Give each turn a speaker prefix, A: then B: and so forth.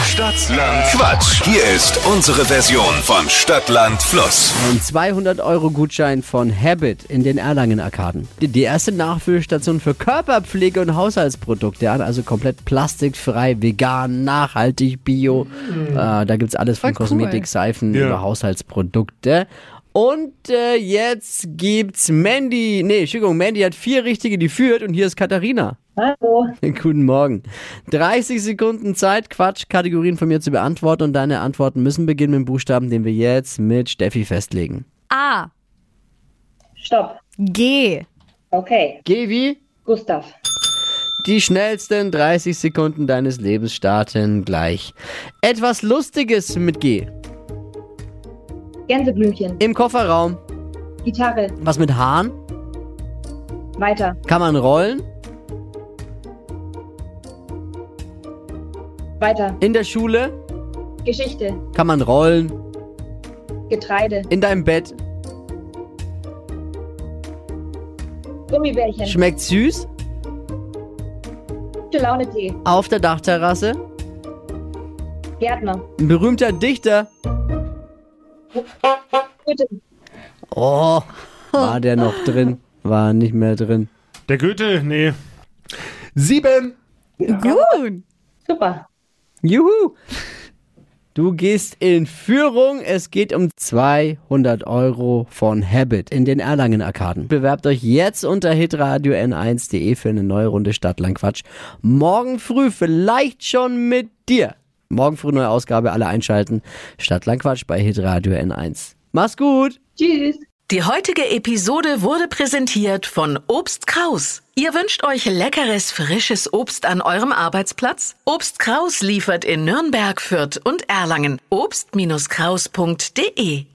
A: Stadtland Quatsch. Hier ist unsere Version von Stadtland Fluss.
B: Ein 200-Euro-Gutschein von Habit in den Erlangen-Arkaden. Die- Die erste Nachfüllstation für Körperpflege und Haushaltsprodukte an, also komplett plastikfrei, vegan, nachhaltig, bio. Äh, da gibt's alles von
C: Mhm. Voll cool.
B: Kosmetik, Seifen
D: Ja.
B: über Haushaltsprodukte. Und äh, jetzt gibt's Mandy. Nee, Entschuldigung, Mandy hat vier richtige, die führt. Und hier ist Katharina.
E: Hallo.
B: Guten Morgen. 30 Sekunden Zeit, Quatsch, Kategorien von mir zu beantworten und deine Antworten müssen beginnen mit dem Buchstaben, den wir jetzt mit Steffi festlegen.
C: A.
E: Stopp.
C: G.
E: Okay.
B: Geh wie?
E: Gustav.
B: Die schnellsten 30 Sekunden deines Lebens starten gleich. Etwas Lustiges mit G.
E: Gänseblümchen.
B: Im Kofferraum.
E: Gitarre.
B: Was mit Hahn?
E: Weiter.
B: Kann man rollen?
E: Weiter.
B: In der Schule?
E: Geschichte.
B: Kann man rollen?
E: Getreide.
B: In deinem Bett?
E: Gummibärchen.
B: Schmeckt süß?
E: Gute Laune Tee.
B: Auf der Dachterrasse?
E: Gärtner.
B: Ein berühmter Dichter?
E: Gute.
B: Oh, war der noch drin? War nicht mehr drin.
D: Der Goethe, nee. Sieben.
C: Gut.
E: Super.
B: Juhu! Du gehst in Führung. Es geht um 200 Euro von Habit in den Erlangen-Arkaden. Bewerbt euch jetzt unter hitradio n1.de für eine neue Runde Stadtlandquatsch. Morgen früh vielleicht schon mit dir. Morgen früh neue Ausgabe, alle einschalten. Stadtlandquatsch bei hitradio n1. Mach's gut!
E: Tschüss.
F: Die heutige Episode wurde präsentiert von Obst Kraus. Ihr wünscht euch leckeres, frisches Obst an eurem Arbeitsplatz? Obst Kraus liefert in Nürnberg, Fürth und Erlangen. Obst-Kraus.de